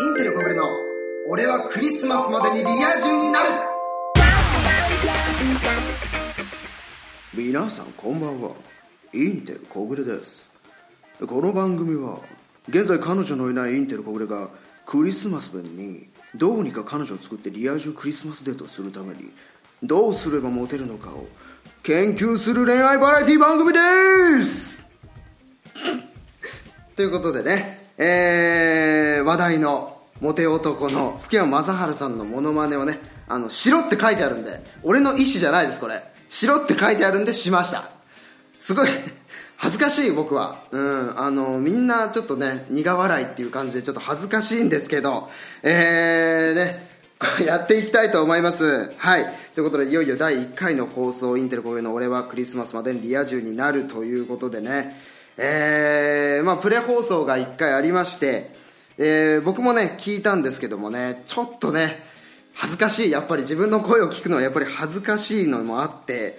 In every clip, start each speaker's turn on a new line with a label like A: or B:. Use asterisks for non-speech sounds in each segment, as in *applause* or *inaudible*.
A: インテル小暮の俺はクリスマスまでにリア充になる
B: 皆さんこんばんはインテル小暮ですこの番組は現在彼女のいないインテル小暮がクリスマスまでにどうにか彼女を作ってリア充クリスマスデートをするためにどうすればモテるのかを研究する恋愛バラエティ番組ですということでね、えー、話題のモテ男の福山雅治さんのモノマネをね「あのしろ」って書いてあるんで俺の意思じゃないですこれ「しろ」って書いてあるんでしましたすごい *laughs* 恥ずかしい僕はうんあのみんなちょっとね苦笑いっていう感じでちょっと恥ずかしいんですけどえー、ね *laughs* これやっていきたいと思いますはいということでいよいよ第1回の放送インテルコグレの俺はクリスマスまでにリア充になるということでねえー、まあプレ放送が1回ありまして、えー僕もね聞いたんですけどもねちょっとね恥ずかしいやっぱり自分の声を聞くのはやっぱり恥ずかしいのもあって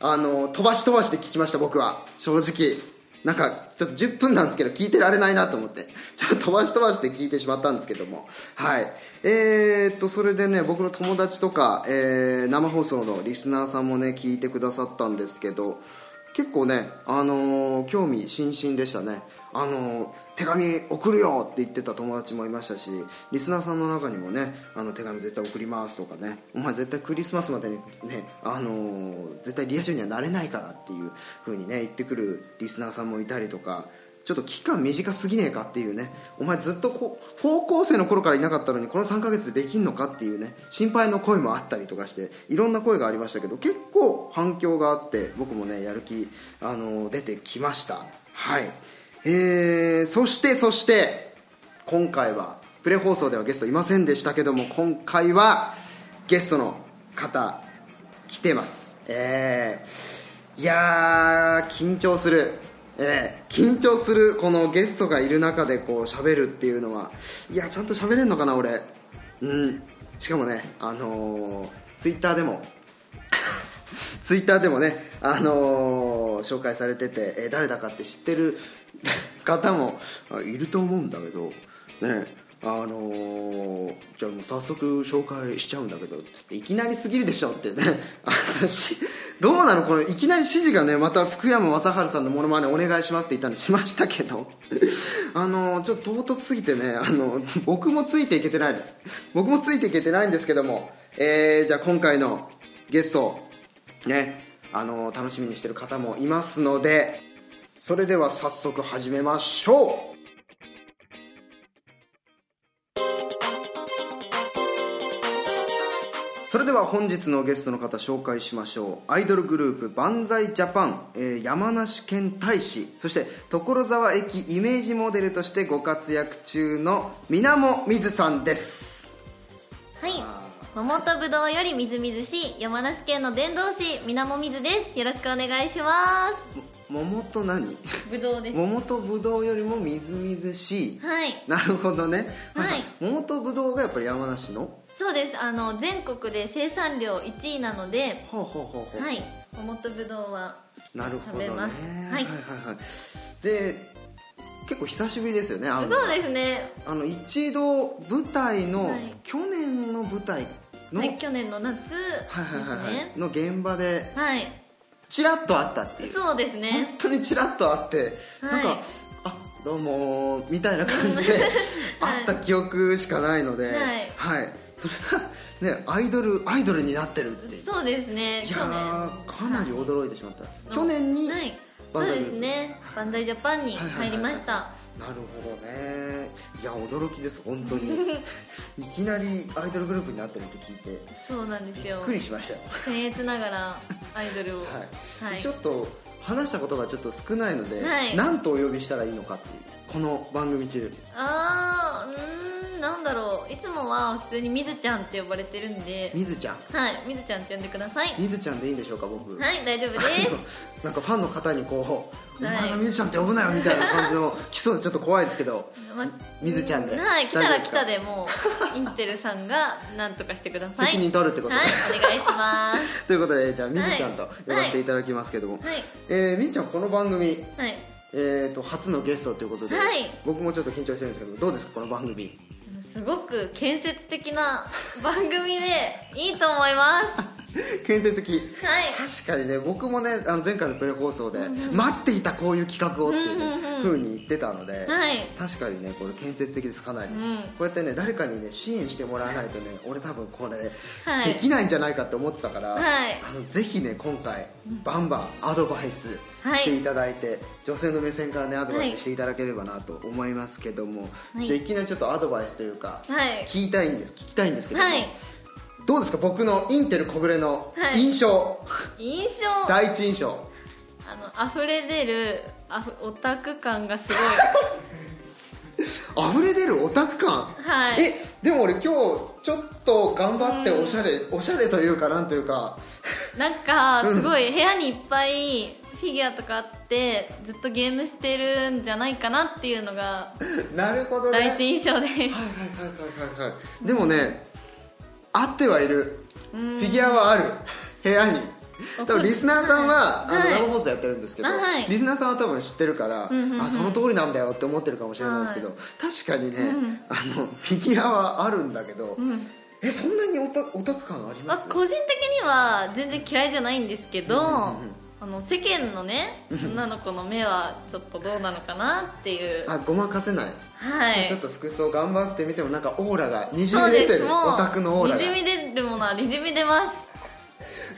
B: あの飛ばし飛ばしで聞きました僕は正直なんかちょっと10分なんですけど聞いてられないなと思ってちょっと飛ばし飛ばして聞いてしまったんですけどもはいえー、っとそれでね僕の友達とか、えー生放送のリスナーさんもね聞いてくださったんですけど結構ね、あのー興味津々でしたね、あのー手紙送るよって言ってた友達もいましたしリスナーさんの中にもねあの手紙絶対送りますとかねお前絶対クリスマスまでにね、あのー絶対リア充にはなれないからっていう風にね言ってくるリスナーさんもいたりとかちょっと期間短すぎねえかっていうねお前ずっとこ高校生の頃からいなかったのにこの3ヶ月でできんのかっていうね心配の声もあったりとかしていろんな声がありましたけど結構反響があって僕もねやる気、あの出てきましたはいえー、そしてそして今回はプレ放送ではゲストいませんでしたけども今回はゲストの方来てますえー、いやー緊張するえー、緊張するこのゲストがいる中でこう喋るっていうのはいやちゃんと喋れるのかな俺うんしかもねあのー、ツイッターでもツイッターでもね、あのー紹介されてて、えー誰だかって知ってる *laughs* 方もあいると思うんだけど、ねあのーじゃあもう早速紹介しちゃうんだけどいきなりすぎるでしょってね *laughs* 私どうなのこれいきなり指示がねまた福山雅治さんのモノマネお願いしますって言ったんでしましたけど *laughs* あのーちょっと唐突すぎてね、あのー僕もついていけてないです僕もついていけてないんですけども、えーじゃあ今回のゲストねあの楽しみにしてる方もいますのでそれでは早速始めましょうそれでは本日のゲストの方紹介しましょうアイドルグループ万歳ジャパン、えー山梨県大使そして所沢駅イメージモデルとしてご活躍中の水面水さんです
C: はい。桃とぶどうよりみずみずしい山梨県の伝道師みなもみずです。よろしくお願いしま
B: *laughs* 桃と何
C: す。ぶどうで
B: 桃とぶどうよりもみずみずしい
C: はい。
B: なるほどね、
C: はい
B: 桃とぶどうがやっぱり山梨の
C: そうです。あの全国で生産量1位なので、
B: ほうほうほうほう、
C: はい。桃とぶどうは
B: なるほどね
C: 食べます
B: は
C: はい
B: はい
C: い
B: はいで結構久しぶりですよね会
C: そう
B: の
C: ですね。
B: あの一度舞台の、
C: はい
B: 去年の舞台の、
C: はい、去年の夏です
B: はいはいはいはい
C: ね。
B: の現場で
C: はい。
B: ちらっと会ったっていう
C: そうですね。
B: 本当にちらっと会って、
C: はい
B: なんかあどうもーみたいな感じで *laughs* 会った記憶しかないので、
C: はい
B: はいそれがねアイドルアイドルになってるっていう
C: そうですね。
B: い
C: 去
B: や
C: 年
B: ーかなり驚いてしまった、
C: の。
B: 去年に、
C: はい。
B: バ
C: そ
B: ン
C: う
B: ザイ
C: ですね。バンザイジャパンに入りました。
B: なるほどねいや驚きです本当
C: *laughs*
B: にいきなりアイドルグループになってるって聞いて
C: そうなんです
B: びっ
C: よ
B: く。りしましたよ、
C: 僭越ながらアイドルを。
B: はい
C: はい
B: ちょっと話したことがちょっと少ないので、
C: はい
B: なんとお呼びしたらいいのかっていうこの番組中
C: あーうーんなんだろういつもは普通にみずちゃんって呼ばれてるんで
B: みずちゃん
C: はいみずちゃんって呼んでください
B: みずちゃんでいいんでしょうか僕
C: はい大丈夫で
B: あのなんかファンの方にこう「
C: はい
B: お前がみずちゃんって呼ぶなよ」みたいな感じの来そうでちょっと怖いですけど
C: す、ま
B: みずちゃんで
C: はい来た
B: 大
C: ら
B: 丈夫で
C: 来
B: すか
C: たでもうインテルさんがなんとかしてください
B: 責任取るってことで、
C: はいお願いします
B: ということでじゃあみずちゃんと呼ばせていただきますけども、
C: はい
B: えーみずちゃんこの番組
C: はい
B: えー、と初のゲストということで、
C: はい
B: 僕もちょっと緊張してるんですけどどうですかこの番組 *laughs*
C: でもすすごく建設的な番組でいいと思います
B: 建設的
C: はい
B: 確かにね僕もねあの前回のプレ放送で待っていたこういう企画をっていうね
C: うんうんうん
B: 風に言ってたので
C: はい
B: 確かにねこれ建設的ですかなり、
C: ん
B: こうやってね誰かにね支援してもらわないとね俺多分これ、
C: はい
B: できないんじゃないかって思ってたから、
C: はい
B: あのぜひね今回バンバンアドバイスしていただいて、女性の目線からねアドバイスしていただければなと思いますけども、
C: はい
B: じゃあいきなりちょっとアドバイスというか、
C: はい
B: 聞いたいんです聞きたいんですけども、
C: はい
B: どうですか僕のインテル小暮の
C: はい
B: 印象、
C: 印象
B: 第一印象
C: あの溢れ出るあふオタク感がすごい
B: *laughs* 溢れ出るオタク感、
C: はい
B: えでも俺今日ちょっと頑張っておしゃれ、おしゃれというかなんというか *laughs*
C: なんかすごい部屋にいっぱいフィギュアとかあってずっとゲームしてるんじゃないかなっていうのが
B: なるほどね
C: 第一印象で
B: はいはいはいはいはいはいでもね合ってはいるフ
C: ん
B: ィギュアはある部屋に多分リスナーさんは、
C: はい
B: あの
C: はい
B: 生放送やってるんですけど、
C: あはい
B: リスナーさんは多分知ってるから、
C: うんうんうん
B: あその通りなんだよって思ってるかもしれないですけど、
C: は
B: 確かにね、
C: うん
B: あのフィギュアはあるんだけど、
C: うん
B: えそんなにオタオタク感ありま
C: あ
B: す
C: 個人的には全然嫌いじゃないんですけ
B: う
C: ど、
B: んうんうん
C: あの世間のね女の子の目はちょっとどうなのかなっていう
B: あごまかせない、
C: はい
B: ちょっと服装頑張ってみてもなんかオーラがにじ
C: そ
B: み
C: う
B: 出
C: で
B: て
C: す
B: る
C: もう
B: オタクのオーラが
C: にじみ出るものはにじみ出ます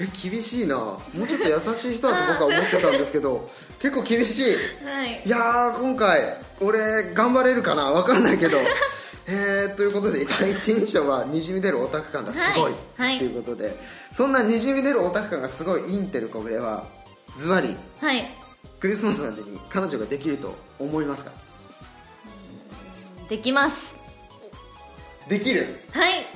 B: え厳しいなもうちょっと優しい人だと僕は思ってたんですけど結構厳しい
C: はい
B: いやー今回俺頑張れるかなわかんないけど *laughs* えー、ということで第一印象はにじみ出るオタク感がすごい、
C: はいはい
B: ということでそんなにじみ出るオタク感がすごいインテル小暮はズバリ
C: はい
B: クリスマスまでに彼女ができると思いますか
C: できます
B: できる
C: はい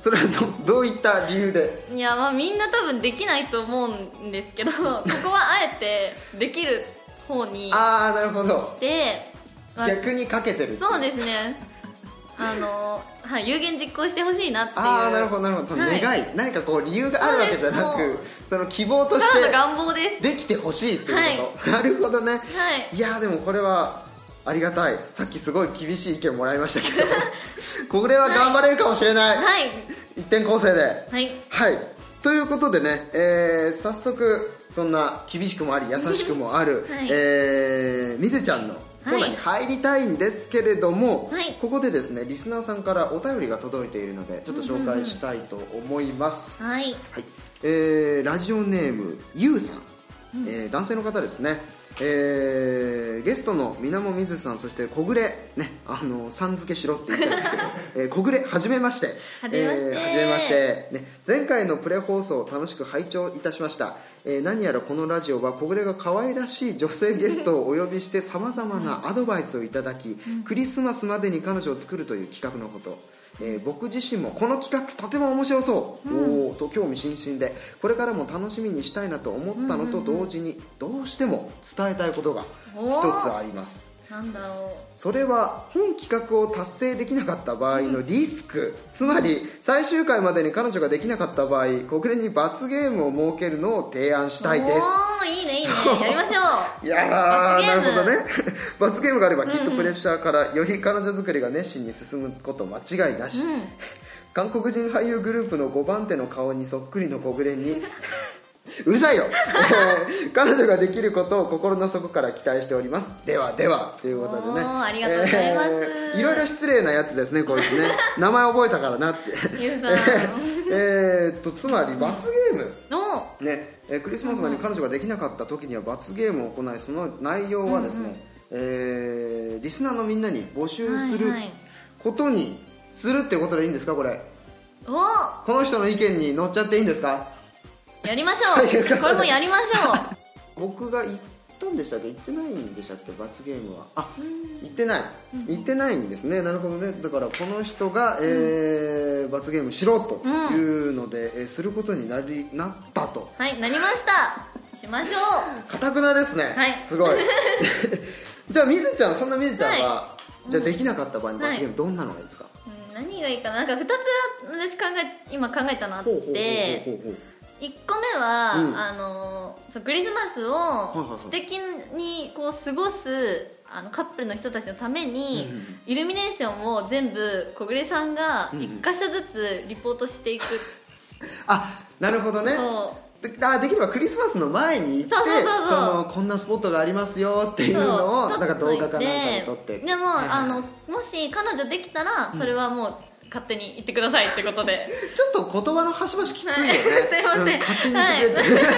B: それはどどういった理由で
C: いやまあみんな多分できないと思うんですけどここはあえてできる方に
B: ああなるほど
C: で、まあ
B: 逆にかけてる
C: そうですすねあの、はい、有言実行してほしいなっていう
B: ああなるほどなるほどその願い、
C: はい
B: 何かこう理由があるわけじゃな
C: そう
B: くその希望と
C: ただ
B: し
C: の願望です
B: てできてほしいっていうこと、なるほどね、
C: はい
B: やーでもこれはありがたいさっきすごい厳しい意見もらいましたけ
C: *laughs*
B: どこれは頑張れるかもしれない、
C: はい
B: 一点構成で
C: はい
B: はいということでね、えー早速そんな厳しくも
C: *laughs*
B: あり優しくもある、
C: はい
B: えーみずちゃんのコーナーに入りたいんですけれども、
C: はい
B: ここでですねリスナーさんからお便りが届いているのでちょっと紹介したいと思います、
C: はい
B: はいえーラジオネームゆうさん、えー男性の方ですね、えーゲストのみなもみずさんそして小暮ねあのさん付けしろって言ったんですけ
C: *laughs*
B: ど、えー小暮はじめまして
C: はじめまして
B: えーはじめまして、ね、前回のプレ放送を楽しく拝聴いたしました、えー何やらこのラジオは小暮が可愛らしい女性ゲストをお呼びしてさまざまなアドバイスをいただき、クリスマスまでに彼女を作るという企画のこと、えー僕自身もこの企画とても面白そう、おーと興味津々でこれからも楽しみにしたいなと思ったのと同時にどうしても伝えたいことが
C: お
B: 一
C: ー
B: つあります
C: なんだろ
B: それは本企画を達成できなかった場合のリスク、つまり最終回までに彼女ができなかった場合国連に罰ゲームを設けるのを提案
C: う
B: したいです
C: おーいいねいいねやりましょう
B: いやー
C: 罰ゲ
B: な
C: ー
B: る
C: ム
B: ほどね *laughs* 罰ゲームがあればきっとプレッシャーからより彼女作りが熱心に進むこと間違いなし、
C: うん
B: *laughs* 韓国人俳優グループの5番手の顔にそっくりの小暮に *laughs* うるさいよ、 *laughs* えー彼女ができることを心の底から期待しておりますではではということでね
C: おーありがとうございます
B: いろいろ失礼なやつですねこいつね
C: *laughs*
B: 名前覚えたからなって
C: ゆ
B: *laughs*
C: うさん
B: えーっとつまり罰ゲーム
C: の
B: ねえークリスマスまでに彼女ができなかった時には罰ゲームを行いその内容はですね、えーリスナーのみんなに募集する
C: はいはい
B: ことにするってことでいいんですかこれ
C: お
B: この人の意見に乗っちゃっていいんですか
C: やりまし
B: はいよ
C: ょ
B: かっ
C: う
B: た
C: これもやりましょう
B: 僕が言ったんでしたっけ言ってないんでしたっけ罰ゲームはあ言ってない言ってないんですねなるほどねだからこの人が、えー罰ゲームしろというので、えーすることになりなったと
C: はいなりましたしましょ
B: かたくなですね、
C: はい
B: す
C: *laughs*
B: ごいじゃあみずちゃんそんなみずちゃんは、じゃあできなかった場合の罰ゲームどんなのがいいですか、
C: ううん何がいいかななんか2つ私考え今考えたのあっ
B: ほうほうほう
C: て
B: ほうほうほう
C: 1個目は、
B: うん
C: あのそうクリスマス
B: いはいは
C: を
B: い
C: 素敵にこう過ごすあのカップルの人たちのために、イルミネーションを全部小暮さんが一箇所ずつリポートしていく、
B: あなるほどね
C: そ
B: であできればクリスマスの前に行って
C: そうそうそうそう
B: のこんなスポットがありますよって
C: う
B: いうのを
C: そう
B: なんか動画かなんかで撮って
C: でも、
B: はいはい
C: あのもし彼女できたらそれはもう勝手に言ってくださいってこ
B: *laughs*
C: とで
B: ちょっと言葉の端々きついよね、
C: はい *laughs* すいません
B: うん勝手に言ってくれて、
C: はい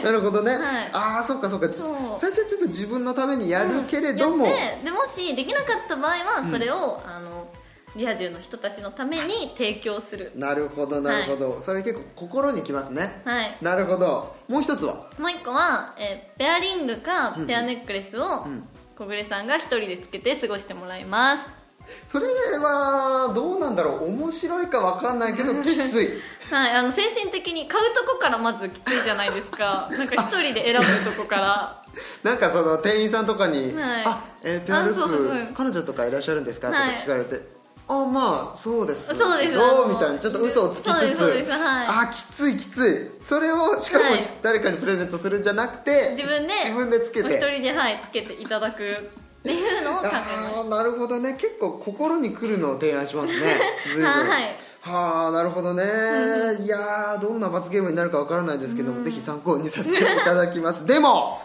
B: *laughs* なるほどね、
C: はい
B: ああそっかそっかじ
C: そう
B: 最初はちょっと自分のためにやるけれども、
C: うんやってでもしできなかった場合はそれを、あのリア充の人たちのために提供する
B: なるほどなるほど、それ結構心にきますね
C: はい
B: なるほどもう一つは
C: もう一個は、えーペアリングかペアネックレスを
B: うん
C: 小暮さんが一人でつけて過ごしてもらいます
B: それはどうなんだろう面白いかわかんないけ
C: *laughs*
B: どきつい
C: はいあの精神的に買うとこからまずきついじゃないです
B: *laughs*
C: かなんか一人で選ぶとこから
B: なんかその店員さんとかに「
C: はい
B: あえーペアル
C: あそうそう
B: ープ彼女とかいらっしゃるんですか?」とか
C: はい
B: 聞かれて「あまあそうです
C: そうです
B: どう
C: あの
B: みたいなちょっと嘘をつき
C: そう
B: つ
C: です
B: つ、
C: そうですはい
B: あきついきついそれをしかも
C: はい
B: 誰かにプレゼントするんじゃなくて
C: 自分で
B: 自分でつけ
C: お一
B: て
C: 人ではいつけていただくっていうのを考えま
B: ああなるほどね結構心にくるのを提案し
C: *laughs*
B: ますね
C: す
B: 随分
C: はい
B: はあなるほどね、いやーどんな罰ゲームになるかわからないですけども、ぜひ参考にさせていただきますでも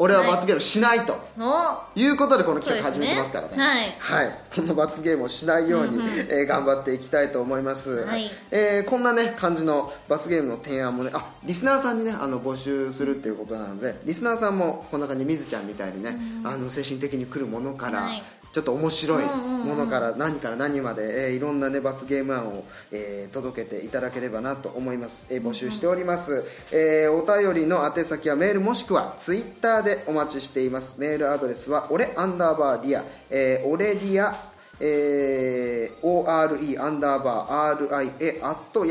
B: 俺は罰ゲームしないと
C: の
B: いうことでこの企画始めてますからね
C: そうですね
B: はい、この罰ゲームをしないように、えー頑張っていきたいと思います、
C: はい
B: えーこんなね感じの罰ゲームの提案もねあリスナーさんにねあの募集するっていうことなのでリスナーさんもこんな感じみずちゃんみたいにね、あの精神的に来るものから、
C: はい
B: ちょっと面白い
C: うんうんうん
B: ものから何から何まで、えーいろんなね罰ゲーム案を、えー届けていただければなと思います、えー募集しております、えーお便りの宛先はメールもしくはツイッターでお待ちしていますメールアドレスは俺アンダーバーリア、えー、俺リアえー、ORE アンダーバー RIA アット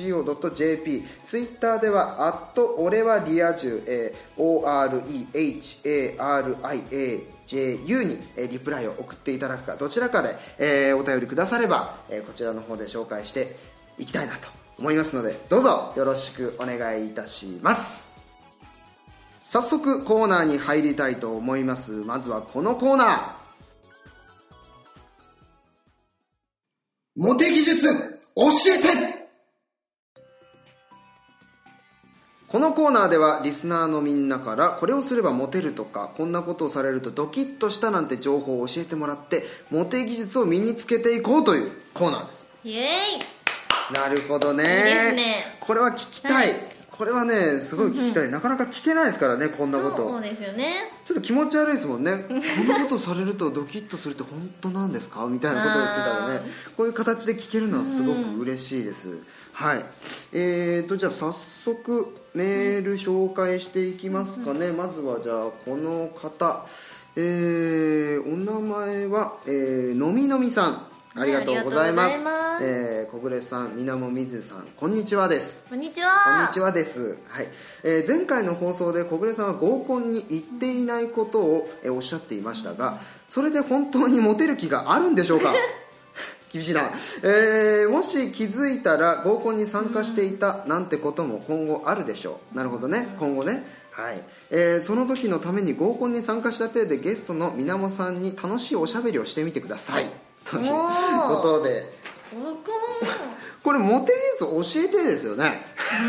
B: Yahoo.co.jp ツイッターではアット俺はリア充、えー、OREHARIAJU に、えーリプライを送っていただくかどちらかで、えーお便りくだされば、えーこちらの方で紹介していきたいなと思いますのでどうぞよろしくお願いいたします早速コーナーに入りたいと思いますまずはこのコーナー
A: モテ技術教えて
B: このコーナーではリスナーのみんなからこれをすればモテるとかこんなことをされるとドキッとしたなんて情報を教えてもらってモテ技術を身につけていこうというコーナーです
C: イエ
B: なるほどね
C: いいですね
B: これは聞きたい、
C: は
B: これはねすごい聞きたいなかなか聞けないですからねこん
C: ーイ
B: なこ
C: そう
B: と
C: ですよね
B: ちょっと気持ち悪いですもんねこんなことされるとドキッとするって本当なんですかみたいなことを言ってたら
C: あ
B: ねこういう形で聞けるのはすごく嬉しいです、はいえーとじゃあ早速メール紹介していきますかね、まずはじゃあこの方えーお名前は、えーのみのみさんありがとうございます,、
C: ありがとうございます
B: えー小暮さんみなもみずさんこんにちはです
C: こんにち
B: こん
C: は
B: にちはです、はいえー前回の放送で小暮さんは合コンに行っていないことを、えーおっしゃっていましたがそれで本当にモテる気があるんでしょうか *laughs* 厳しいな、えーもし気づいたら合コンに参加していたなんてことも今後あるでしょうなるほどね今後ねはいえーその時のために合コンに参加した体でゲストのみなもさんに楽しいおしゃべりをしてみてくださいという
C: おー
B: ことで
C: 合コ
B: これモテ技術教えてですよね
C: ン、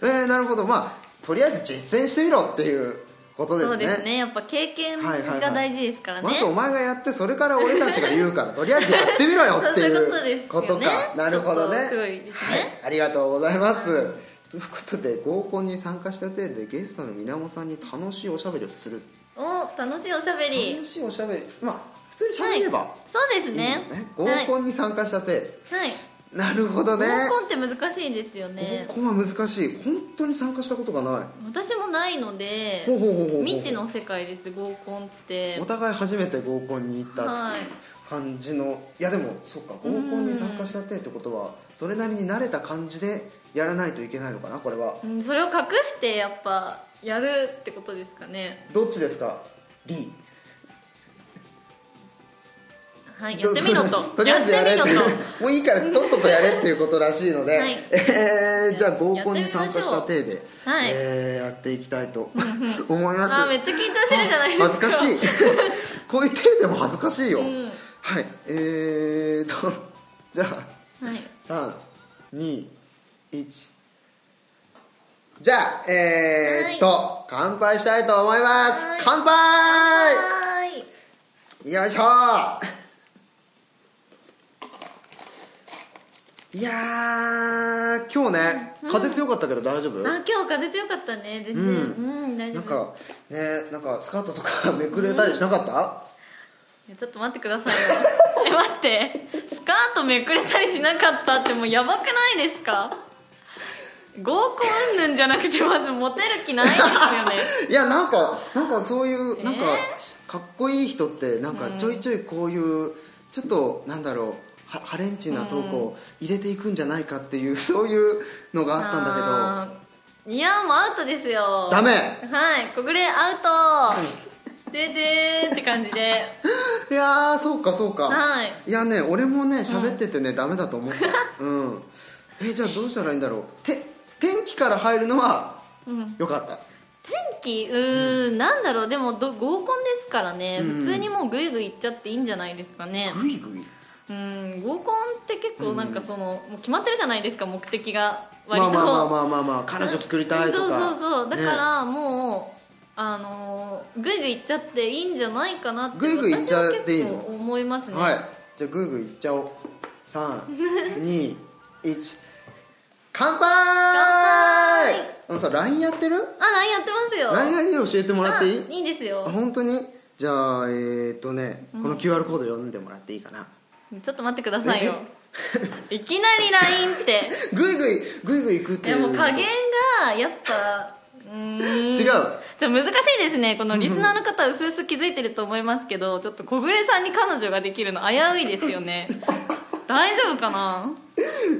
C: うん、
B: えー、なるほどまあとりあえず実践してみろっていうことですね
C: そうですねやっぱ経験
B: はいはいはい
C: が大事ですからね、
B: まずお前がやってそれから俺たちが言うから
C: *laughs*
B: とりあえずやってみろよってい
C: そうそういう
B: う
C: こ
B: ことと
C: です
B: か
C: よね
B: なるほどね
C: ちょっとすごいですね
B: はい、ありがとうございますということで合コンに参加した体でゲストのみなもさんに楽しいおしゃべりをする
C: お楽しいおしゃべり
B: 楽しいおしゃべりまあ普通にしゃべれば
C: はい、そうで
B: いい
C: す
B: よ
C: ね
B: ね
C: は
B: 合
C: い、
B: コンに参加した体、
C: はい
B: なるほどね
C: 合コンって難しいですよね
B: 合コンは難しい本当に参加したことがな
C: 私もないので
B: いほうほうほうほうほう
C: 未知の世界です合コンって
B: お互い初めて合コンに行った
C: は、
B: 感じのいやでもそうか合コンに参加したってってことはそれなりに慣れた感じでやらないといけないのかなこれはい
C: うん、それを隠してやっぱやるってことですかね
B: どっちですか D
C: はいやってみろと
B: *laughs* とりあえずやれって
C: やってみろと
B: もういいからとっととやれっていうことらしいので、
C: はい
B: えーじゃあ合コンに参加した体で
C: やってみましょうはい
B: えーやっていきたいと思 *laughs* います
C: あーめっちゃ緊張してるじゃないですか
B: 恥ずかしい
C: *laughs*
B: こういう体でも恥ずかしいよ、
C: うん
B: はいえーとじゃあ
C: はい
B: 321じゃあえーっと、乾杯したいと思います
C: はい
B: 乾杯
C: はーい
B: よいしょいやー今日ね風強かったけど大丈夫、
C: あ今日風強かったね全然
B: う
C: うんん、大
B: な
C: 丈
B: ん
C: 夫
B: かねなんかスカートとか *laughs* めくれたりしなかった、
C: いやちょっと待ってくださいよ *laughs* え待ってスカートめくれたりしなかったってもうやばくないですか合コン云々じゃなくてまずモテる気ないですよね
B: *laughs* いやなんかなんかそういう
C: えー
B: なんかかっこいい人ってなんかちょいちょいこういうちょっとなんだろうハハレンチなトークを入れていくんじゃないかっていう *laughs* そういうのがあったんだけど
C: どいやもうアウトですよ
B: ダメ
C: はいここでアウトででーって感じで
B: いやーそうかそうか、
C: はい
B: いやね俺もね喋っててね、ダメだと思ったうんえじゃあどうしたらいいんだろうて天気から入るのは
C: うん
B: よかった
C: 天気うーん、なんだろうでもど合コンですからね、
B: うん
C: 普通にもうグイグイ行っちゃっていいんじゃないですかね
B: グイグイ
C: うん合コンって結構なんかその、もう決まってるじゃないですか目的が割
B: ま
C: と、
B: あまあまあまあまあまあ彼女作りたいとか
C: そうそうそうだか
B: ね
C: らもう、あのーグイグイ行っちゃっていいんじゃないかなって
B: グイグイ行っちゃっていいの
C: 私は結構思いますね、
B: はいじゃあグイグイいっちゃおう321乾杯
C: 乾杯
B: あのさ LINE やってる
C: あ LINE やってますよ
B: LINE 教えてもらっていい
C: あいいです
B: あ
C: よ
B: 本当にじゃあえー、っとねこの QR コード読んでもらっていいかな、
C: ちょっと待ってくださいよ
B: *laughs*
C: いきなり LINE って
B: グイグイグイグイ行くって
C: い
B: い
C: や
B: う
C: もう加減がやっぱうーん
B: 違う
C: じゃあ難しいですねこのリスナーの方うすうす気づいてると思いますけどちょっと小暮さんに彼女ができるの危ういですよね
B: *laughs*
C: 大丈夫かな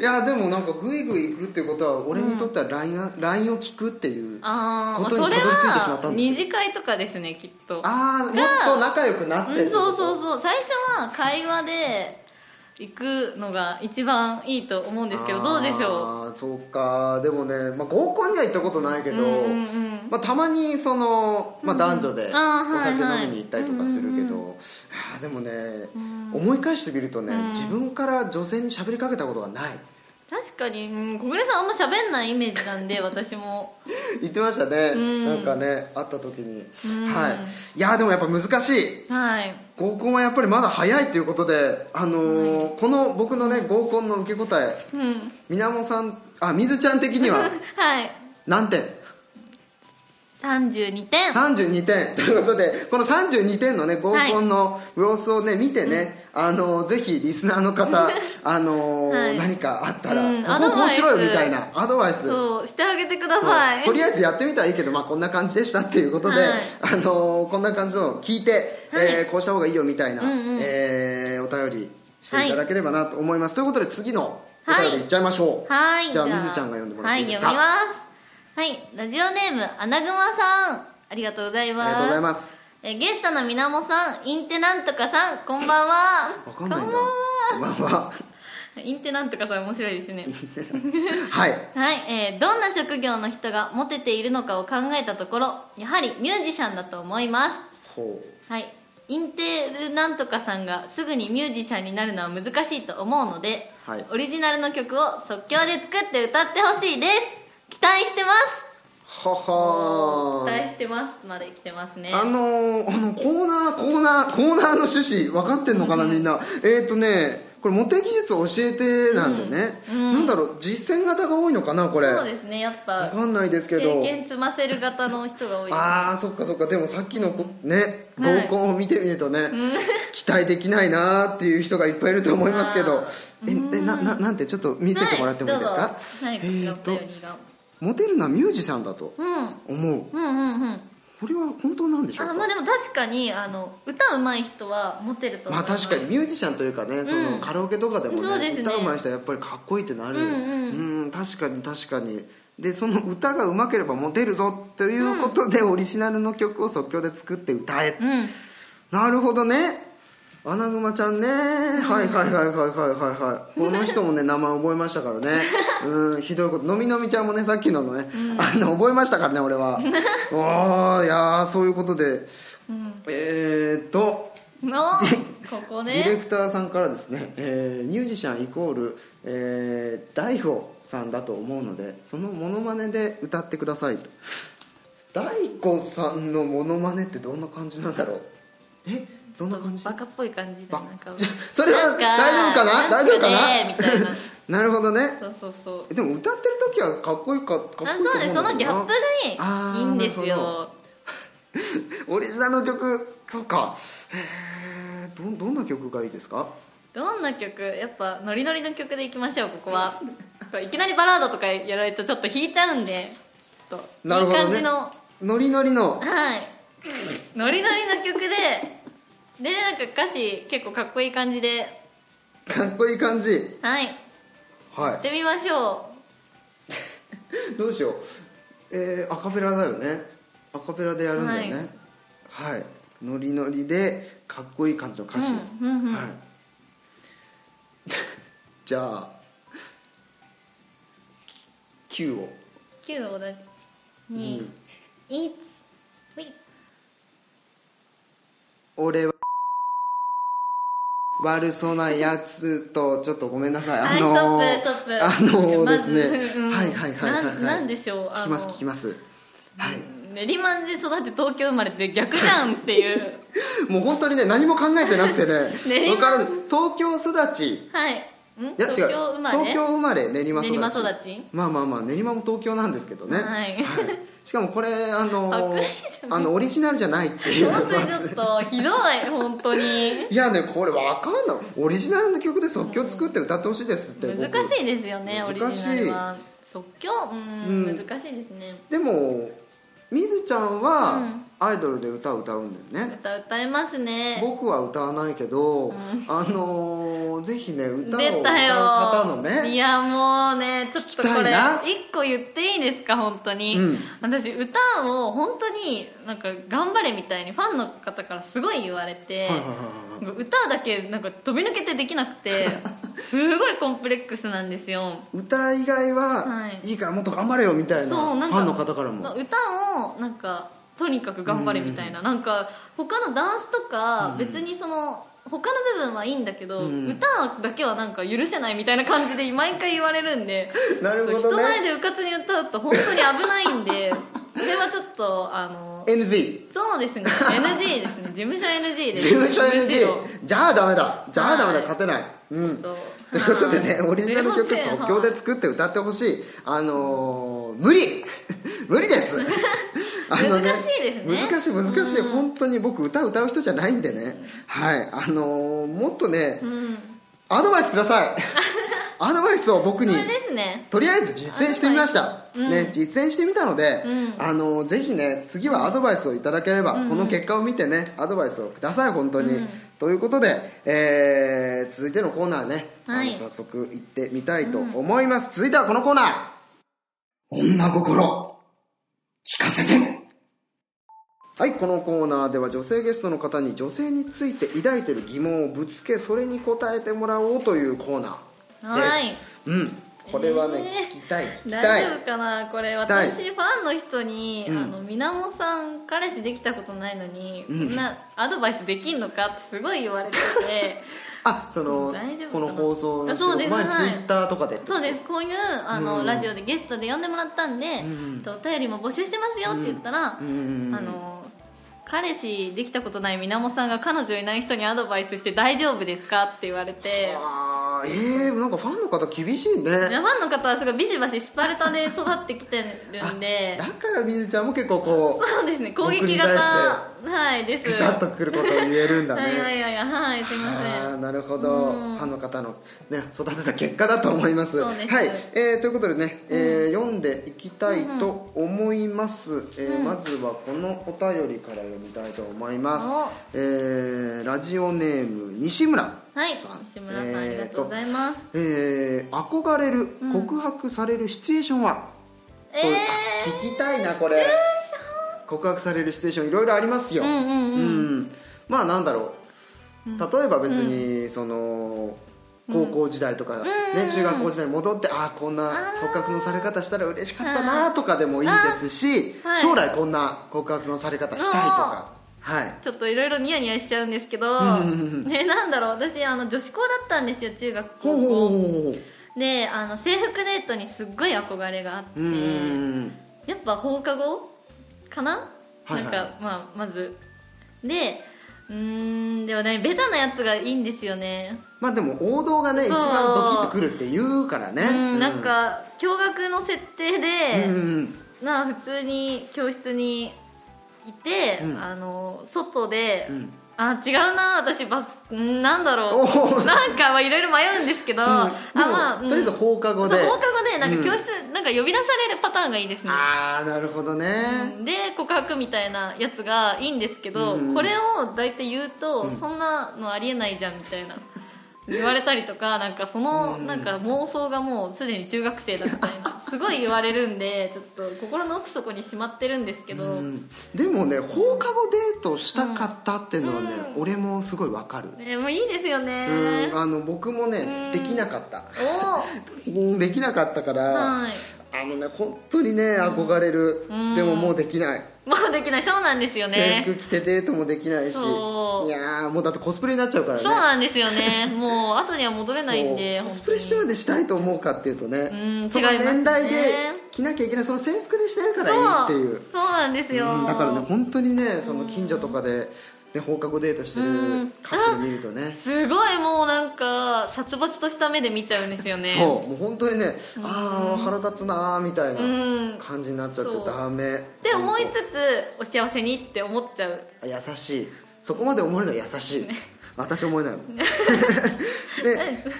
C: い
B: やでもなんかグイグイ行くっていうことは俺にとっては LINE,、LINE を聞くっていうあ
C: あー、ま
B: こ
C: あ
B: と
C: そ
B: に
C: れ
B: たどり着いてしまった
C: は
B: んですよ
C: 二次会とかですねきっと
B: あーもっと仲良くなって
C: う
B: る
C: ん、そうそう
B: う
C: そう最初は会話で行くのが一番いいと思うんですけどどうでしょう
B: うそうかでもね、まあ、合コンには行ったことないけど、
C: うんうんうん
B: まあ、たまにその、まあ、男女でお
C: あーはいはい
B: 酒飲みに行ったりとかするけど、
C: うん
B: あーでもね
C: ん
B: 思い返してみるとね、
C: うん
B: 自分から女性に喋りかけたことがない *laughs*
C: 確かに、うん、小暮さんあんま喋んないイメージなんで私も
B: 言ってましたね、
C: うん
B: なんかね会った時に、
C: うん
B: はいいやーでもやっぱ難しい
C: はい
B: 合コンはやっぱりまだ早いということで、あのーこの僕のね合コンの受け答え
C: うん
B: みなもさんあみずちゃん的には
C: はい
B: 何点
C: 32点
B: 32点ということでこの32点のね合コンの様子をね見てね、あのーぜひリスナーの
C: *laughs*
B: 方、あのー
C: はい
B: 何かあったら、
C: うん
B: こここうしろ
C: アド
B: よ
C: バイス
B: みたいなアドバイス
C: そうしてあげてください
B: とりあえずやってみたらいいけど、まあ、こんな感じでしたっていうことで、
C: はい
B: あのーこんな感じのを聞いて、
C: はい
B: えーこうした方がいいよみたいな、
C: うんうん
B: えーお便りしていただければなと思います、ということで次のお便りいっちゃいましょう、
C: はい
B: じゃあみずちゃんが読んでもらっていいですか、
C: はい読みますはいラジオネームアナグマさんありがとうござい
B: あ
C: ます
B: りがとうございます
C: えゲストのみなもさんインテなんとかさんこんばんは
B: わかんないん
C: こ
B: だ
C: んばんは
B: こんばん
C: *laughs*
B: は
C: インテなんとかさん面白いです
B: *laughs*
C: ね
B: はい
C: はい、えーどんな職業の人がモテているのかを考えたところやはりミュージシャンだと思います
B: ほ
C: はいインテールなんとかさんがすぐにミュージシャンになるのは難しいと思うので、
B: はい
C: オリジナルの曲を即興で作って歌ってほしいです期待してます
B: うはは
C: 期待してますまで来てますね
B: あのーあのコーナーコーナーコーナーの趣旨分かってんのかなみんなえっ、とねこれモテ技術教えてなんでね、
C: うんうん
B: なんだろう実践型が多いのかなこれ
C: そう
B: 分
C: ですねやっぱ
B: かんないですけ
C: 経
B: ど
C: 験積ませる型の人が多いです
B: あーそっかそっかでもさっきのこね
C: はい
B: 合コンを見てみるとね、期待できないなーっていう人がいっぱいいると思いますけど
C: *laughs* あ
B: ええなななんてちょっと見せてもらってもいいですか、
C: はい、どうぞ
B: え
C: は
B: っ
C: い、
B: と
C: お便りが
B: モテるのはミュージシャンだと
C: うん
B: 思う
C: うんうんうん
B: これは本当なんでしょうか
C: あまあでも確かにあの歌うまい人はモテると思
B: ま
C: い
B: あ
C: ます
B: 確かにミュージシャンというかね、その
C: うん
B: カラオケとかでも
C: そう
B: ね
C: ですね
B: 歌うまい人はやっぱりかっこいいってなる
C: うんうん
B: うん確かに確かにでその歌がうまければモテるぞということで、オリジナルの曲を即興で作って歌え、
C: うん
B: なるほどねアナグマちゃんね、はいはいはいはいはいはいはいこの人
C: *laughs*
B: もね名前覚えましたからねうんひどいことのみのみちゃんもねさっきののね、あの覚えましたからね俺
C: *laughs*
B: はああいやーそういうことで、えーっと
C: のここ
B: ディレ
C: ね
B: クターさんからですね、えーミュージシャンイコール、えー、大悟さんだと思うのでそのモノマネで歌ってくださいと大悟さんのモノマネってどんな感じなんだろうえどんな感じ
C: バカっぽい感じで
B: バ
C: なんか
B: じゃそれは大丈夫かな大丈夫かな
C: なんかねみたいな
B: *laughs* なるほどね
C: そうそうそう
B: でも歌ってる時はかっこいいかかっこいい
C: あ
B: と思
C: そうね
B: ん
C: そ
B: だけどな
C: のギャップが
B: あ
C: ね
B: ー
C: いいんです
B: なるほど
C: よ
B: オリジナルの曲そうかえー、どどんな曲がいいですか
C: どんな曲やっぱノリノリの曲でいきましょうここはこれいきなりバラードとかやられるとちょっと弾いちゃうんでちょっと
B: なるほどね
C: いい感じの
B: ノリノリの
C: はいノリノリの曲ででなんか歌詞結構かっこいい感じで
B: かっこいい感じ
C: はいや
B: は
C: ってみましょ
B: いどうしようえー、アカペラだよねアカペラでやるんだよねはい、ノリノリでかっこいい感じの
C: う
B: 歌詞、
C: うんうんうん
B: はい *laughs* じゃあ Q を
C: 9のお題
B: に
C: 21はい
B: 俺は悪そうなやつとちょっとごめんなさいあの
C: ストップストップ
B: あの
C: ま
B: です
C: ず
B: ね、
C: うん
B: はいはいはいはい
C: なん
B: は
C: ないんでしょう
B: 聞きます聞き
C: ま
B: ますはい
C: 練馬で育って東京生まれって逆じゃんっていう
B: *laughs* もう本当にね何も考えてなくてね
C: *laughs* 練
B: 分
C: 馬
B: かる東京育ちい
C: はいん
B: や違う
C: 東京生まれ
B: 東京生まれ練馬育ち
C: 練馬育ち
B: まあまあまあ練馬も東京なんですけどね、
C: はい
B: しかもこれあの
C: パクリじゃな
B: あ
C: い
B: のオリジナルじゃないって *laughs* いう
C: 本当にちょっとひどい本当に
B: *laughs* いやねこれ分かんないオリジナルの曲で即興作って歌ってほしいですって僕
C: 難しいですよねオリジ
B: 難しい
C: ナルは即興う
B: うん
C: ん難しいですね
B: でもみずちゃん
C: う
B: は
C: ん
B: アイドルで歌を歌うんだよね、
C: 歌歌えますね
B: 僕は歌わないけど、
C: ん
B: あのーぜひね歌を歌
C: 出
B: う
C: たよ
B: 方の
C: い
B: ね
C: やもうねちょっと
B: 聞
C: こ
B: きたい
C: れ
B: な
C: 一個言っていいですか本当に、
B: うん
C: 私歌を本当になんか頑張れみたいにファンの方からすごい言われ
B: はい
C: て、
B: はいはいはい
C: 歌だけなんか飛び抜けてできなくて
B: *laughs*
C: すごいコンプレックスなんですよ
B: 歌以外は
C: はい
B: いいからもっと頑張れよみたいな,、
C: そうなん
B: フ
C: か
B: ァンの方からも
C: 歌をなんかとにかく頑張れみたいな、なんか他のダンスとか別にその、他の部分はいいんだけど、
B: うん
C: 歌だけはなんか許せないみたいな感じで毎回言われるんで
B: *laughs* なるほ
C: そう
B: ど
C: 人前
B: ね
C: でうかつに歌うと本当に危ないんでそれはちょっとあの
B: NG
C: そうですね NG ですね事務所 NG です
B: *laughs* 事務所
C: むしろ
B: NG じゃあダメだじゃあダメだ
C: はい
B: 勝てない、うん
C: ちょっ
B: ということでね
C: はい
B: オリジナル曲
C: すいません
B: 即興で作って歌ってほしいあのー無理 *laughs* 無理です
C: *laughs* 難しいですね
B: 難しい難しい、
C: うん
B: 本当に僕歌歌う人じゃないんでねはいあのーもっとね、
C: うん
B: アドバイスくだ
C: *laughs*
B: さいアドバイスを僕
C: そ
B: に
C: れですね
B: とりあえず実践してみました、
C: アドバイスうん
B: ね、実践してみたので、
C: うん
B: あのぜひね次はアドバイスをいただければ、
C: うん
B: この結果を見てねアドバイスをください本当に、
C: うん
B: ということで、えー続いてのコーナーね、
C: はい
B: あの早速行ってみたいと思います、続いてはこのコーナー
A: 女心、聞かせて。
B: はいこのコーナーでは女性ゲストの方に女性について抱いてる疑問をぶつけそれに答えてもらおうというコーナーです、
C: はい
B: うんこれはね、
C: えー
B: 聞きたい聞きたい
C: 大丈夫かなこれ
B: 聞きたい
C: 私ファンの人に「
B: うん
C: あのみなもさん彼氏できたことないのに、
B: うん
C: こんなアドバイスできんのか?」ってすごい言われて
B: *laughs*
C: て
B: あその
C: 大丈夫
B: この
C: かな
B: 放送の
C: あそうです
B: 前
C: はい
B: ツイッターとかで
C: そうですこういうあの、
B: うん
C: ラジオでゲストで呼んでもらったんで、
B: ん
C: えっとお便りも募集してますよって言ったら、
B: うん
C: あの彼氏できたことないみなもさんが彼女いない人にアドバイスして大丈夫ですかって言われて
B: あーえー、なんかファンの方厳しいね
C: ファンの方はすごいビシバシスパルタで育ってきてるんで
B: だからみずちゃんも結構こ
C: そうですね攻
B: 僕に
C: 撃
B: 対
C: 型
B: して
C: はいで
B: う
C: す
B: ぐさっとくることを言えるんだね
C: はいはいはいはいすいませ
B: あ
C: ん
B: ーなるほど、
C: うん
B: ファンの方の、ね、育てた結果だと思います
C: そうです
B: はい、えーということでね、えー読んでいきたいと思います、えー
C: うん
B: まずはこのお便りから読みたいと思います
C: お、
B: えーラジオネーム西村
C: はい
B: さん
C: 西村さん、ありがとうございます
B: えー憧れる
C: うん
B: 告白されるシチュエーションは、
C: え
B: これ
C: え
B: 聞きたいなこれ *laughs* 告白されるシチュエーションいろいろありますよ
C: ー、うんうんうん
B: うんまあなんだろう例えば別にその高校時代とか、
C: うんう
B: ね、
C: ん
B: 中学校時代に戻ってああこんな
C: あー
B: 告白のされ方したら嬉しかったなとかでもいいですし
C: あーはい
B: 将来こんな告白のされ方したいとかはい
C: ちょっといろいろニヤニヤしちゃうんですけど、
B: うんうんうん
C: ねなんだろう私あの女子校だったんですよ中学
B: ほうほう
C: 高
B: ほう
C: 校
B: ほう
C: であの制服デートにすっごい憧れがあって、
B: うんうんうん
C: やっぱ放課後かな、
B: はいはい
C: なんか、まあ、まずでうーんでもねベタなやつがいいんですよね
B: まあでも王道がね一
C: そう
B: 番ドキッとくるって言うからね
C: うんなんか驚愕の設定
B: うん
C: で、
B: うん
C: まあ普通に教室にいて、
B: うん
C: あの外で、
B: うん
C: あ違うな私バスんなんだろ
B: お
C: う
B: ー
C: なんかまあいろいろ迷うんですけど、
B: うん
C: あ
B: でも
C: まあ、うん
B: とりあえず放課後で
C: そう放課後でなん
B: う
C: か
B: ん
C: 教室、なんか呼び出されるパターンがいいですね
B: ああなるほどね
C: で告白みたいなやつがいいんですけど、
B: うん
C: これを大体言うと、そんなのありえないじゃんみたいな言われたりと
B: *laughs*
C: かなんかその、
B: うん
C: なんか妄想がもうすでに中学生だみたい
B: *laughs*
C: なすごい言われるんでちょっと心の奥底にしまってるんですけど、
B: うんでもね放課後デートしたかったっていうのはね
C: う
B: 俺もすごいわかる
C: ね、もういいですよね
B: うんあの僕も
C: うん
B: ねできなかった
C: お
B: うんできなかったか
C: お
B: ら
C: はい
B: あのね本当にね憧れる
C: うん
B: でももうできない
C: もうできないそうなんですよ
B: 制
C: ね
B: 服着てデートもできないしい
C: そう
B: やーもうだってコスプレになっちゃうからね
C: そうなんですよねもう後には戻れないんで
B: そうコスプレしてまでしたいと思うかっていうとね
C: うん
B: その
C: 違いますね
B: 年代で着なきゃいけないその制服でしてるからいいっていう
C: そうそうなんですよ、
B: うんだからね本当にねその近所とかで、ね、放課後デートして
C: う
B: る
C: ん
B: カップル見るとね、
C: すごいもうなんか殺伐とした目で見ちゃうんですよね
B: そうもう本当にね、ああ腹立つなーみたいなん感じになっちゃって
C: そう
B: ダメ本
C: で
B: 当
C: 思いつつお幸せにって思っちゃう
B: あ優しいそこまで思えるのは優しい私思えないもんで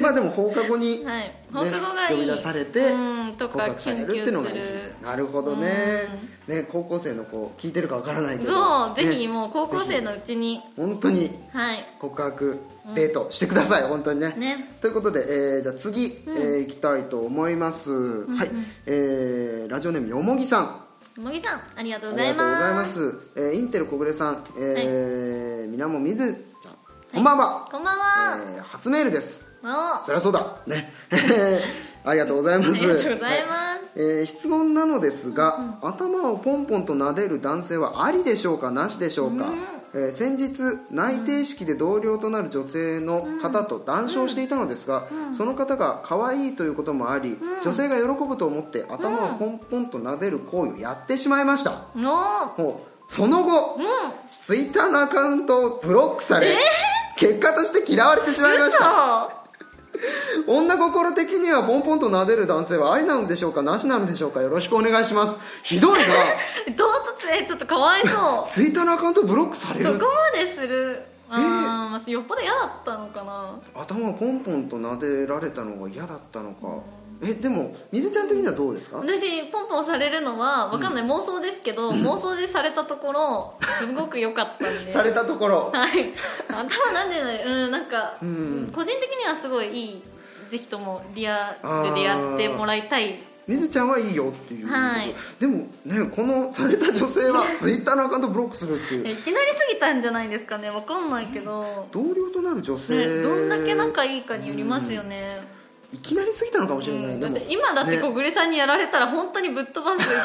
B: まあ *laughs* でも放課後に、
C: はい
B: ね
C: 放課後がいい、
B: 呼び出されて
C: うんと
B: 告
C: か
B: 白
C: キ
B: さ
C: ュ
B: れ
C: ンキ
B: るっ
C: ュン
B: て
C: す
B: のがいい
C: る
B: なるほどねね高校生の子聞いてるかわからないけど
C: そう
B: ね
C: ぜひもう高校生のうちに
B: 本当に
C: はい
B: 告白デートしてください、本当にね
C: ね
B: ということで、えーじゃあ次、えー行きたいと思います、はい、えーラジオネームよもぎさん
C: もぎさんありがとう
B: あ
C: ご
B: りが
C: ざ
B: と
C: いう
B: ござい
C: ま
B: ますすえーインテル小暮さん、えーみなもみずちゃんこんばんは、
C: こんばんは、
B: えー初メールです
C: わ
B: そりゃそうだね *laughs* ありがとうございます
C: おありがとうござい
B: は
C: ます、
B: えー質問なのですが、頭をポンポンと撫でる男性はありでしょうかなしでしょうか、えー先日内定式で同僚となる女性の方と談笑していたのですが、その方が可愛いということもあり、女性が喜ぶと思って頭をポンポンと撫でる行為をやってしまいました、
C: の
B: ほうその後
C: うん
B: ツイッターのアカウントをブロックされ、結果として嫌われてしまいました
C: 嘘
B: 女心的にはポンポンと撫でる男性はありなのでしょうかなしなのでしょうかよろしくお願いしますひどい
C: 唐突 *laughs* えちょっとかわいそう
B: なツイッターのアカウントブロックされ
C: そ
B: る
C: こまでするあー、まあ、よっぽど嫌だったのかな
B: 頭をポンポンと撫でられたのが嫌だったのかえでも水ちゃん的にはどうですか
C: 私ポンポンされるのはわかんない、妄想ですけど、妄想でされたところすごく良かったんで
B: *laughs* されたところ
C: はい頭なんでないうんなんか、
B: うん
C: 個人的にはすごいいいぜひともリアルでやってもらいたい
B: 水ちゃんはいいよっていう、
C: はい
B: でもねこのされた女性はツイッターのアカウントブロックするっていう
C: え *laughs* いきなりすぎたんじゃないですかねわかんないけど、
B: 同僚となる女性、
C: ね、どんだけ仲いいかによりますよね、
B: いきなりすぎたのかもしれない、
C: うん
B: で
C: だっ
B: も
C: て今だって
B: ね
C: 小暮さんにやられたら本当にぶっ飛ばす勢い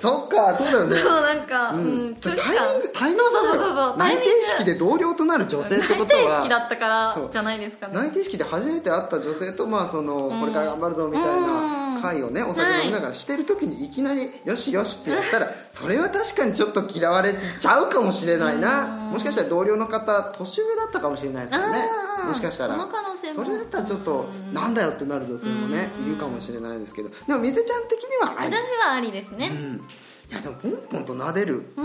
B: そっかそうだよね
C: そうなんか、うん、
B: タ
C: 距
B: イ
C: 離
B: ミン
C: 感
B: グタイミング
C: そうそう
B: だ
C: そうそ
B: よ
C: うタ
B: 内
C: イミン
B: 定
C: グ
B: 式で同僚となる女性ってこと
C: 内定式だ
B: は
C: ったから
B: そう
C: じゃないですかね
B: 内定式で初めて会った女性とまあその
C: うん
B: これから頑張るぞみたいな
C: うん
B: 会をねお酒飲みながらしてる時にいきなり「よしよし」って言ったらそれは確かにちょっと嫌われちゃうかもしれないな
C: うん
B: もしかしたら同僚の方年上だったかもしれないですからね
C: あー
B: もしかしたら
C: その可能性も
B: それだったらちょっと
C: うん
B: なんだよってなる女性もね
C: うん
B: いるかもしれないですけどでも水ちゃん的にはあ
C: 私
B: り
C: はありです
B: う
C: ね
B: んいやでもポンポンと撫でる
C: うん、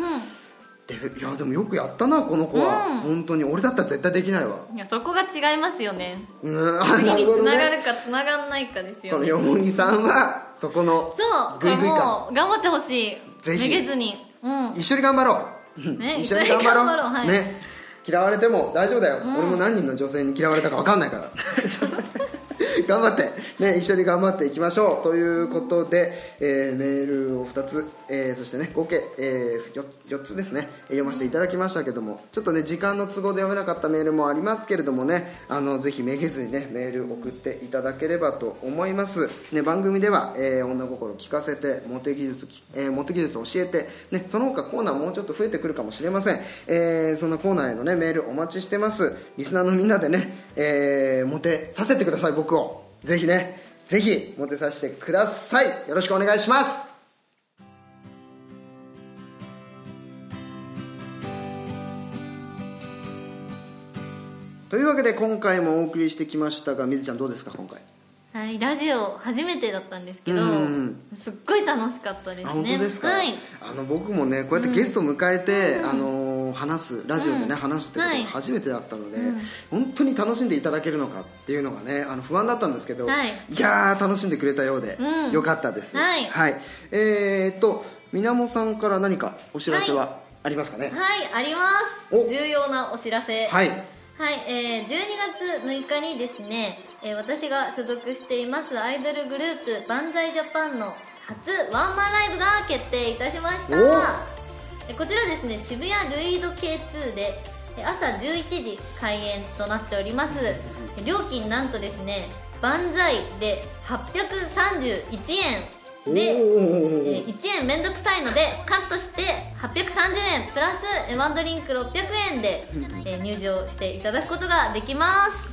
B: でいやでもよくやったなこの子は、
C: うん
B: 本当に俺だったら絶対できないわ
C: いやそこが違います
B: *laughs*
C: よね
B: うん
C: 次につなが
B: ね
C: るかつながんないかです
B: こ
C: よ
B: の
C: ね
B: よもぎさんはそこの
C: そう
B: グイグイ
C: これ
B: 感
C: もう頑張ってほしい
B: ぜひ
C: めげずにうん
B: 一緒に頑張ろう、
C: ね
B: 一緒に頑張ろう
C: 一緒に頑張ろうはい
B: ね嫌われても大丈夫だよ、
C: ん *laughs*
B: 俺も何人の女性に嫌われたか分かんないから頑張って、ね、一緒に頑張っていきましょうということで、えーメールを2つ、えーそしてね合計、え 4, つですねえー読ませていただきましたけどもちょっとね時間の都合で読めなかったメールもありますけれどもねあのぜひめげずにねメール送っていただければと思います、ね、番組では、えー女心聞かせてモテ技術き、えーモテ技術教えて、ね、その他コーナーもうちょっと増えてくるかもしれません、えーそんなコーナーへの、ね、メールお待ちしてますリスナーのみんなでね、えーモテさせてください僕をぜひねぜひモテさせてくださいよろしくお願いしますというわけで今回もお送りしてきましたがみずちゃんどうですか今回
C: はい、ラジオ初めてだったんですけど
B: うん
C: すっごい楽しかったですね
B: あ本当ですか、
C: はい
B: あの僕もねこうやってゲストを迎えて、あのー話すラジオでね、
C: うん
B: 話すってこと
C: はい
B: が初めてだったので、
C: うん
B: 本当に楽しんでいただけるのかっていうのがねあの不安だったんですけど、
C: はい
B: やー楽しんでくれたようで、
C: うん
B: よかったです
C: はい
B: えー、っとみなもさんから何かお知らせ
C: はい
B: はありますかね
C: はいありま
B: お
C: す重要なお知らせ
B: はい、
C: はいえー、12月6日にですね、えー私が所属していますアイドルグループバンザイジャパンの初ワンマンライブが決定いたしました
B: お
C: えーこちらですね渋谷ルイード K2 でえー朝11時開演となっておりますえー料金なんとですねバンザイで831円で
B: お
C: え
B: ー
C: ー1円めんどくさいのでカットして830円プラスえーワンドリンク600円で、えー入場していただくことができます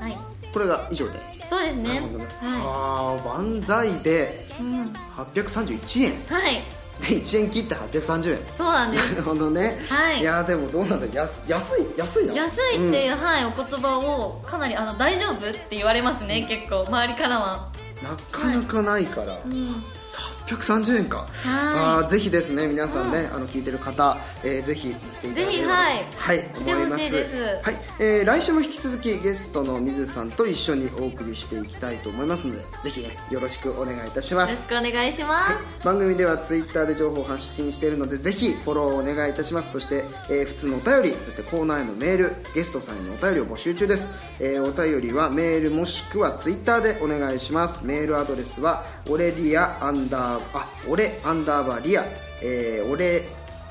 C: はい
B: これが以上で、
C: そうです
B: な
C: ね
B: るほどね、
C: は
B: ああ万歳で
C: い、うん
B: 831円
C: はい、
B: で1円切って830円
C: そうなんで
B: な
C: す
B: るほどね、
C: はい
B: やでもどうなんだろう安安い安いな
C: 安いっていう、はい、お言葉をかなりあの大丈夫って言われますね結構周りからは、
B: うんなかなかないから、
C: うん、
B: 830円か、あーぜひですね皆さんね、あの聞いてる方、えーぜひ行っていただければとはい、
C: ひはい
B: 思いま
C: 来てほしい
B: す
C: です
B: はい、えー来週も引き続きゲストの水さんと一緒にお送りしていきたいと思いますのでぜひ、ね、よろしくお願いいたしま
C: よろ
B: す
C: しくお願いします、
B: 番組ではツイッターで情報を発信しているのでぜひフォローをお願いいたしますそして、えー普通のお便りそしてコーナーへのメールゲストさんへのお便りを募集中です、えーお便りはメールもしくはツイッターでお願いしますメールアドレスはオレリアアンダーあオレアンダーバーリア、えー、オレ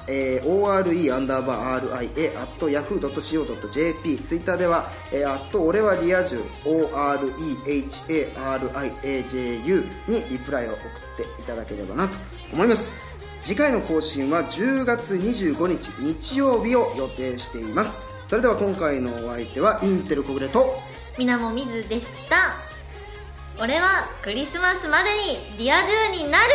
B: えー、ORE アンダーバー RIA アットヤフー .co.jp ツイッターでは、えー、アット俺はリア充 OREHARIAJU にリプライを送っていただければなと思います次回の更新は10月25日日曜日を予定していますそれでは今回のお相手はインテル小暮と
C: みなもみずでした俺はクリスマスまでにリア充になる